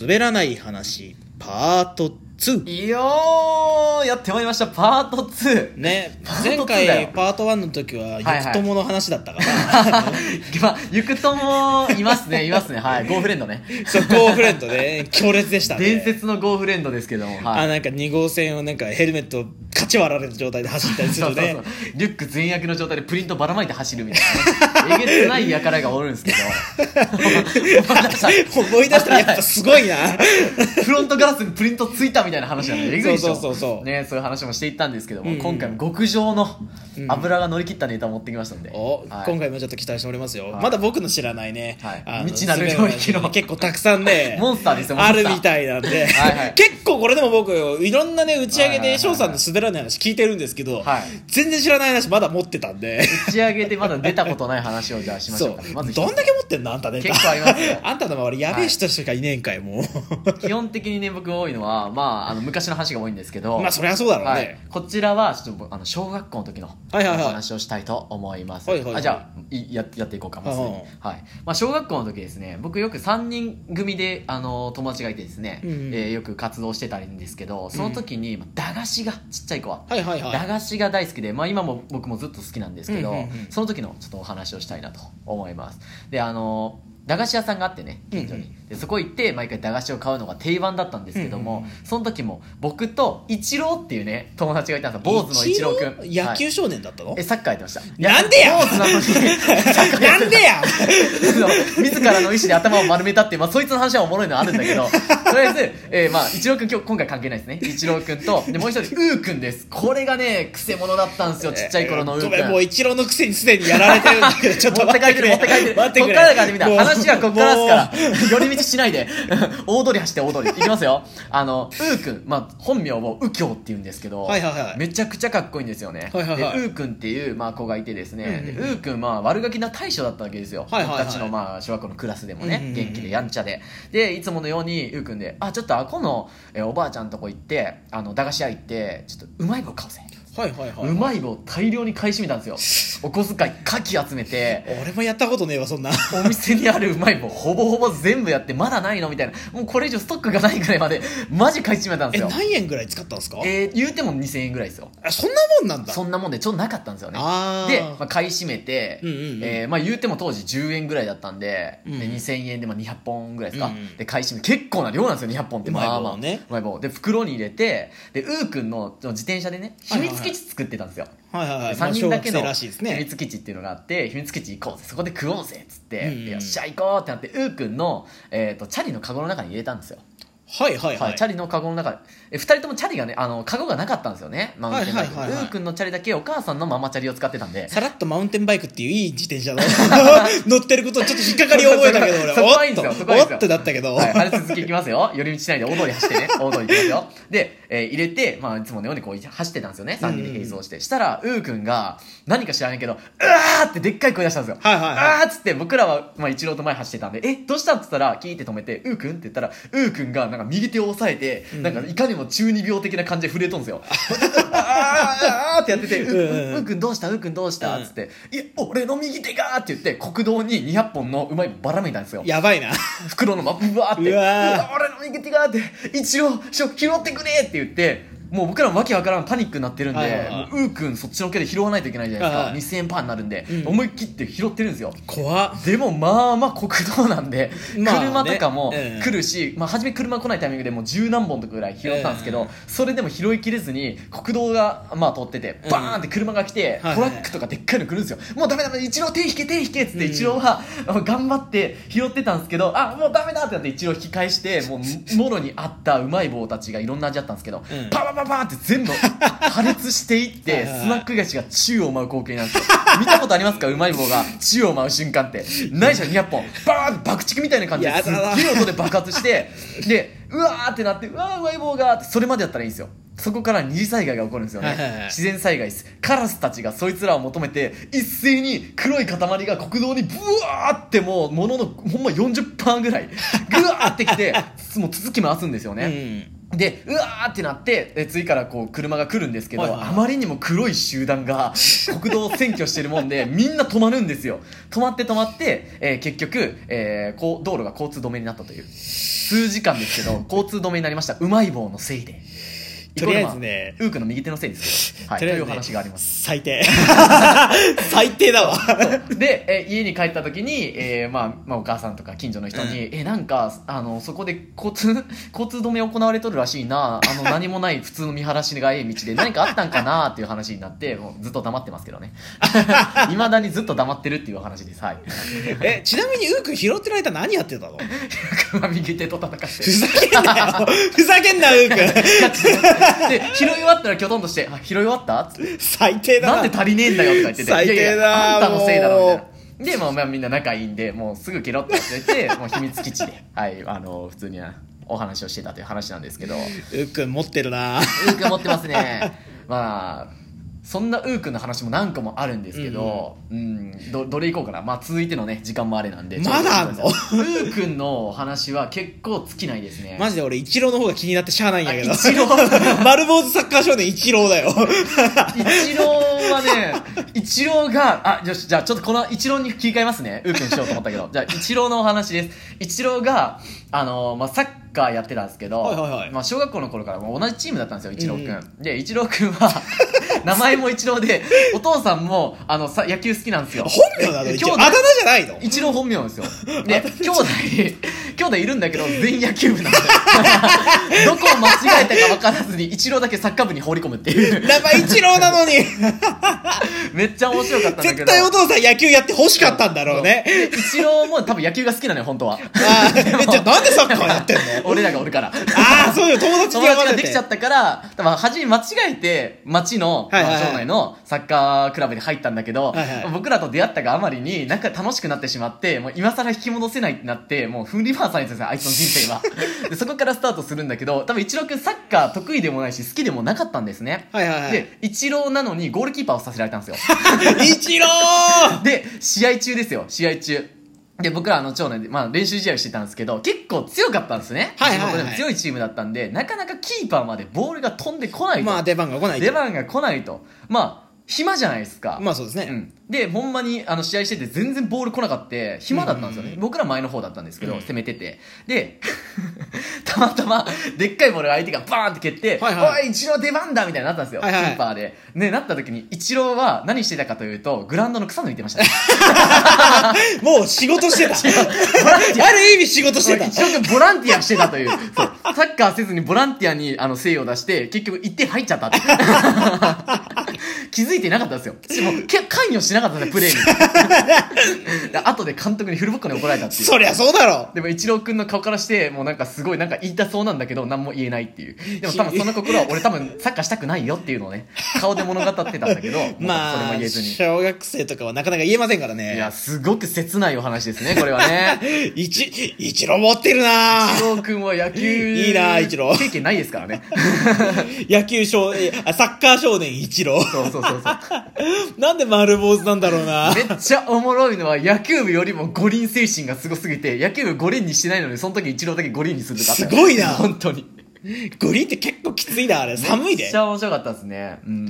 滑らない話パート2いやー、やってまいりました、パート 2! ねパ前ート2だ回よパート1の時はゆはいくともの話だったから、 まあ、ゆくとも、いますね、いますね、はい、ゴーフレンドね。そうゴーフレンドね強烈でしたね伝説のゴーフレンドですけども、はあい。なんか2号線をなんかヘルメットをかち割られる状態で走ったりすそうるそうねそうリュック全悪の状態でプリントばらまいて走るみたいなねえげつない輩がおるんで すけど思い出した思い出したらやっぱすごいなフロントガラスにプリントついたみたいな話なのよえぐいでしそょうそうそうそうね、そういう話もしていったんですけども、うんうん今回も極上の油が乗り切ったネタを持ってきましたんで、お、はい今回もちょっと期待しておりますよ、はいまだ僕の知らないね、はいあ未知なる領域の結構たくさんねモンスターですよモンあスターるみたいなんで、はいはい結構これでも僕いろんなね打ち上げはいはいはいはでい翔さんの滑らない話聞いてるんですけど、はい全然知らない話まだ持ってたんで打ち上げでまだ出たことない話をじゃあしましそょううか、ね、まず一つどんだけ持ってんのあんたね結構ありますよ あんたの周りやべえ人しかいねえんかいもう基本的にね僕多いのは、まあ、あの昔の話が多いんですけど まあそりゃそうだろうね、はい、こちらはちょっとあの小学校の時のおはいはいはい話をしたいと思います、はいはいはいあじゃあいややっていこうかまずうんうんねはいまあ、小学校の時ですね僕よく3人組であの友達がいてですね、うんうんえーよく活動してたんですけどその時に、まあ駄菓子がちっちゃい子は、はいはいはい駄菓子が大好きで、まあ、今も僕もずっと好きなんですけど、うんうんうんその時のちょっとお話をしたいなと思いますであの駄菓子屋さんがあってね近所に、うんでそこ行って毎回駄菓子を買うのが定番だったんですけども、うんうんその時も僕とイチローっていうね友達がいたんですよ坊主のイチロー君野は球い少年だったの、えサッカーやってましたなんでや坊主なのにサッカー やっなてんでやそう 自らの意思で頭を丸めたっていう、まあ、そいつの話はおもろいのはあるん だけど、とりあえず、えーまあ、一郎君、今日、今回関係ないですね。一郎君と、で、もう一 人、うー君です。これがね、くせ者だったんですよ、ちっちゃい頃のうーご君。めんもう一郎のくせにすでにやられてるんだけどちょっ持 とって待って帰ってくるれ持って帰ってる待ってくこっれからだからみんなもう話はこっからですから寄り道しないで 大通り走って大通りいきますよあのうーくん、まあ、本名を右京って言うんですけど、はいはいはいめちゃくちゃかっこいいんですよね、はいはいはいでうーくんっていう、まあ、子がいてですね、うんうんでうーくん、まあ、悪ガキな大将だったわけですよ、はいはいはい僕たちの、まあ、小学校のクラスでもうんうんうねん元気でやんちゃででいつものようにうーくんで「あちょっとあこの、えーおばあちゃんとこ行ってあの駄菓子屋行ってちょっとうまい棒買おうぜ」はいはいはいうまい棒大量に買い占めたんですよお小遣いかき集めて俺もやったことねえわそんなお店にあるうまい棒ほぼほぼ全部やってまだないのみたいなもうこれ以上ストックがないぐらいまでマジ買い占めたん でえすよ何円ぐらい使ったんですかえー言うても2000円ぐらいですよあそんなもんなんだそんなもんでちょっとなかったんですよねあーで、まあ、買い占めて、うんうんうんえーまあ、言うても当時10円ぐらいだったんで,、うんで2000円でまあ200本ぐらいですか、うんうんで買い占め結構な量なんですよ200本ってうまい棒まあまあねうまい棒で袋に入れてでうーくんの自転車でね秘密基地作ってたんですよ、はいはいはい、ま3あ人だけの小学生らしいで秘すね密基地っていうのがあって秘密基地行こうぜそこで食おうぜっつって、うんうんよっしゃ行こうってなってうーくんの、えー、とチャリのカゴの中に入れたんですよ、はいはいはい、はいチャリのカゴの中にえ2人ともチャリがねあのカゴがなかったんですよねマウンテンバイクうはいはいはいはいーくんのチャリだけお母さんのママチャリを使ってたんでさらっとマウンテンバイクっていういい自転車 の乗ってることちょっと引っかかりを覚えたけど俺そこはいいんですよおっそとこはいいんですおよっとだったけど、はい、あれ続きいきますよ。寄り道しないで大通り走って ね。大通り行きますよ。で、えー入れて、まあ、いつものようにこう走ってたんですよね。3人で並走して。したら、うーくんが、何か知らないけど、うわーってでっかい声出したんですよ。はいはいはあーっつって、僕らは、まあ、一郎と前走ってたんで、え、どうしたんって言ったら、キーって止めて、うーくんって言ったら、うーくんが、なんか右手を押さえて、なんかいかにも中二病的な感じで震えとんです よ。あーあーってやってて、ううんうーくんどうしたうーくんどうしたっつって、いや、俺の右手がーって言って、国道に200本のうまい棒ばらまいたんですよ。やばいな袋のままうわーってうわうわ俺の右手がーって一応食拾ってくれって言ってもう僕らもわけわからんパニックになってるんで、はいはいはいもううーくんそっちのけで拾わないといけないじゃないですか、はいはい2000円パーになるんで、うん思い切って拾ってるんですよ怖っでもまあまあ国道なんで、まあね車とかもうん来るし、まあ、初め車来ないタイミングでもう十何本とかぐらい拾ったんですけど、うんそれでも拾いきれずに国道がまあ通っててバーンって車が来て、うんトラックとかでっかいの来るんですよ、もうダメダメ一郎手引け手引けっつって一郎は頑張って拾ってたんですけどあもうダメだってなって一郎引き 返してもうもろにあったうまい棒たちがいろんな味だったんですけど、んパパパパンって全部破裂していってはいはいスナック菓子が宙を舞う光景なんですよ見たことありますかうまい棒が宙を舞う瞬間ってないじゃん200本バーンって爆竹みたいな感じでやすだっなげえ音で爆発してでうわーってなってうわーうまい棒がーってそれまでやったらいいんですよそこから二次災害が起こるんですよね、はいはいはい自然災害ですカラスたちがそいつらを求めて一斉に黒い塊が国道にブワーってもうもののほんま40パーぐらいグワーってきてもう続き回すんですよね、うんでうわーってなってえ次からこう車が来るんですけど、はいはいはいあまりにも黒い集 団が国道を占拠してるもんでみんな止まるんですよ止まって止まって、えー結局、えーこう道路が交通止めになったという数時間で すけど交通止めになりましたうまい棒のせいでとりあえずね生駒ウークの右手のせいですけど、はとい、とりあえいずうね話があります最低 最低だわ で、え家に帰った時に、えーまあ、まあお母さんとか近所の人に、えなんかあのそこで交通交通止め行われとるらしいなあの何もない普通の見晴らしがええ道で何かあったんかなっていう話になってもうずっと黙ってますけどねいまだにずっと黙ってるっていうお話ですはい えちなみにウー君拾ってる間何やってたの熊右手と戦ってふざけんなよふざけんなウー君で拾い終わったらきょとんとして「あ拾い終わった?」っつって最低だな なんで足りねえんだよとか言ってて。最低だいやいやあんたのせいだろみたいもな。で、まあまあみんな仲いいんで、もうすぐケロッと忘れて、もう秘密基地で、 はい、あの、普通にお話をしてたという話なんですけど、ウウー君持ってるなーくん持ってますね。 まあ、そんなウーくんの話も何個もあるんですけど、うん、ど、どれいこうかな。まあ続いてのね、時間もあれなんで。まだあんのちょっと待ってくださいウーくんのお話は結構尽きないですね。マジで俺イチローの方が気になってしゃあないんやけどあイチロ ー丸坊主サッカー少年イチローだよ一郎はね、一郎が、あ、よし、じゃあちょっとこの一郎に切り替えますね。うーくんしようと思 ったけど。じゃあ一郎のお話です。一郎が、あのまあ、サッカーやってたんですけど、はいはいはいまあ、小学校の頃からもう同じチームだったんですよ、一郎くん。うんで、一郎く んは、名前も一郎で、お父さんも、あの、さ野球好きなんですよ。本名なの一応あ兄弟だ名じゃないの一郎本名なんですよ。で、兄弟、兄弟いるんだけど、全員野球部なんで。 どこを間違えたか分からずに、一郎だけサッカー部に放り込むっていう。名前イチローなのにめっちゃ面白かったんだけど。絶対お父さん野球やって欲しかったんだろうねで一郎も多分野球が好きなのよ、本 当は。あーえじゃあなんでサッカーやってんの俺らがおる から。ああそうよ友達友に呼ば達がれでてきちゃったから、多分初め間違えて、町の、はいはいはいまあ町内のサッカークラブに入ったんだけど、はいはい僕らと出会ったがあまりに、なんか楽しくなってしまって、もう今更引き戻せないってなって、もうフンリバーされてるんですよ、あいつの人生は。 でそこからスタートするんだけど、多分一郎くんサッカー得意でもないし、好きでもなかったんですね。はいはいはいで、一郎なのにゴールキーパーをさせられたんですよ。イチローで、試合中ですよ、試合中。で、僕らあの、長男で、まあ、練習試合をしてたんですけど、結構強かったんですね。はいはいはい地元でも強いチームだったんで、なかなかキーパーまでボールが飛んでこないと。まあ出番が来ない出番が来ないと。まあ、暇じゃないですか。まあそうですね、うん、でほんまにあの試合してて全然ボール来なかった暇だったんですよね、うんうん僕ら前の方だったんですけど、うん攻めててで たまたまでっかいボールが相手がバーンって蹴って「はいはいおい一郎出番だ!」みたいになったんですよ、はいはいキーパーで、ね、なった時に一郎は何してたかというとグラウンドの草抜いてましたね もう仕事して たある意味仕事してた一郎君ボランティアしてたというそうサッカーせずにボランティアにあの精を出して結局1点入っちゃったっていう 気づいてなかったんですよしもうけ関与しなかったんですよプレーにで後で監督にフルボッコに怒られたっていうそりゃそうだろでも、一郎くんの顔からして、もうなんかすごい、なんか言いたそうなんだけど、何も言えないっていう。でも多分その心は、俺多分サッカーしたくないよっていうのをね、顔で物語ってたんだけ ど、もうそれまもあ言えずに。い小学生とかはなかなか言えませんからねや、すごく切ないお話ですね、これはね。一、一郎持ってるな一郎くんは野球、いいな一郎経験ないですからね。野球少年、あサッカー少年一郎。 そうそうそうそう。なんで丸坊主なんだろうなめっちゃおもろいのは、野球部よりも五輪精神がすごすぎて、野球部五輪にしてないのに、その時一郎だけ五輪にするとかあったよすごいな本当に。五輪って結構きついな、あれ。寒いめで。っいちゃ面白かったですね。うん。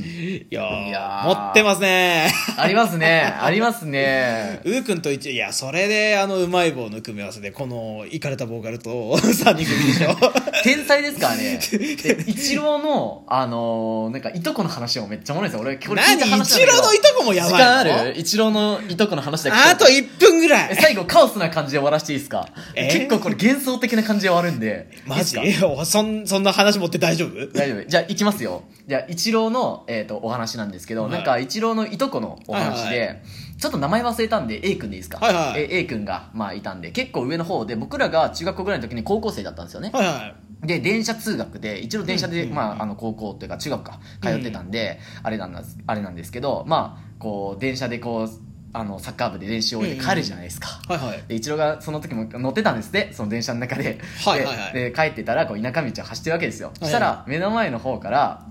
やーいや持ーってますね。ありますね。ありますね。うーくんと一、いや、それで、あの、うまい棒の組み合わせで、この、イかれたボーカルと、 三人組でしょ。天才ですからね。で、一郎の、あのーなんか、いとこの話もめっちゃおもろいですよ。俺、これ聞い何た話一郎のいことこもやばい時の間ある一郎のいとこの話だけあと1分ぐらえい。 最後、カオスな感じで終わらせていいですか、え結構これ幻想的な感じで終わるんで。マジいいっすかおそん、そんな話持って大丈夫大丈夫。じゃあ、行きますよ。じゃあ、一郎の、えっ、と、お話なんですけど、はいなんか、一郎のいとこのお話で、はいちょっと名前忘れたんで、A 君でいいですかはいはいえ A 君が、まあ、いたんで、結構上の方で、僕らが中学校ぐらいの時に高校生だったんですよね。はいはで電車通学で一応電車うで、んうんうんまあ、あの高校というか中学か通ってたんで、あれなんですあれなんですけど、まあ、こう電車でこうあのサッカー部で練習を終えて帰るじゃないですか。い。はいはい。で一郎がその時も乗ってたんですってその電車の中で,で、はいはいはいで帰ってたらこう田舎道を走ってるわけですよ、そしたら目の前の方から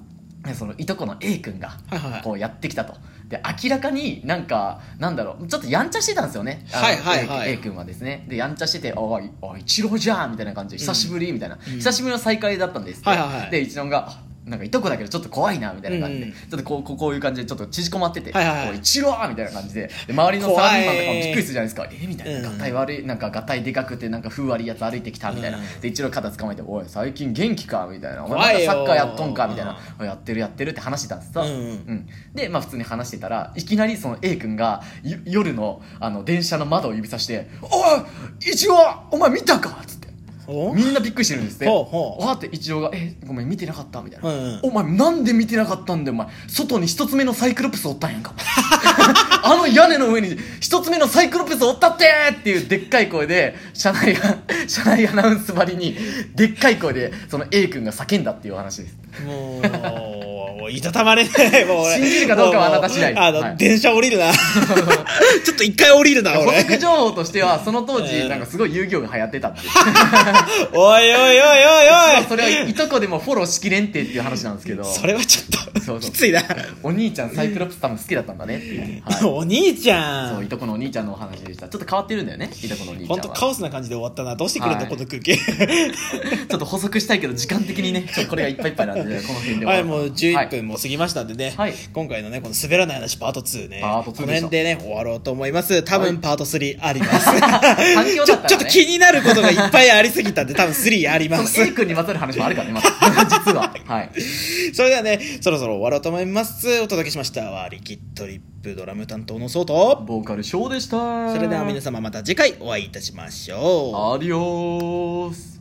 でそのいとこの A 君がはいはいはいこうやってきたとで明らかになんかなんだろうちょっとやんちゃしてたんですよねあのはいはいはい A, A 君はですねでやんちゃしてて「おいおい一郎じゃん」みたいな感じで久しぶりみたいな、うん久しぶりの再会だったんですって、はいはいはいで一郎があ「なんかいとこだけどちょっと怖いな」みたいな感じで、うんちょっとこうこうこういう感じでちょっと縮こまってて「はいはいはいお一郎!」みたいな感じでで周りのサ怖ラいリーマンとかもびっくりするじゃないですか「えみたいな「うん合体悪いなんか合体でかくてなんか風悪いやつ歩いてきた」みたいな、うんで一郎肩掴まえて「おい最近元気か?」みたいな「お前ま怖いだよサッカーやっとんか?」みたいな「やってるやってる」って話してたんですさ、うんうんで、まあ、普通に話してたらいきなりその A 君がよ夜のあの電車の窓を指さして「おい一応お前見たか!」っつっておみんなびっくりしてるんですってほうほうわーって一応が「えごめん見てなかった」みたいな、うんうんお前なんで見てなかったんだよお前外に一つ目のサイクロプスおったんやんか あの屋根の上に一つ目のサイクロプスおったって!」っていうでっかい声で車内が車内アナウンスばりにでっかい声でその A 君が叫んだっていうお話ですもう、もういたたまれねえ、もう俺。信じるかどうかはあなた次第もうあの、はい電車降りる な。ちょっと一回降りるな、補俺。足情報としてはその当う時んなんかすごい遊戯王が流行ってたっていうおいおいおいおいまあおそれはいとこでもフォローしきれんってっていう話なんですけどい それはちょっそと、うきそうついな。お兄ちゃんサイクロプス多分好きだったんだねっていう、はい、 お兄ちゃそうんい。とこのお兄ちゃんのお話でしたちょっと変わってるんだよねいとこのお兄ちゃほんんはとカオスな感じで終わったな。どうしてくれんの、はいこの空気。ちょっと補足したいけど時間 的にねちょっとこれがいっぱいいっぱいなんでこの辺で終わはい、ろもう11分はいも過ぎましたんでね、はい今回のね、この滑らない話パート2ね、パート2でしたこの辺でね、終わろうと思います。多分パート3あり ます。反響ちだょったら、ね、ちょっと気になることがいっぱいありすぎたんで、多分3ありま そすの。A 君にまつわる話もあるからねまた 実ははいそれではね、そろそろ終わろうと思います。お届けしましたは、リキッドリップドラム担当のソウと、ボーカルショーでしたそれでは皆様また次回お会いいたしましょう。アディオース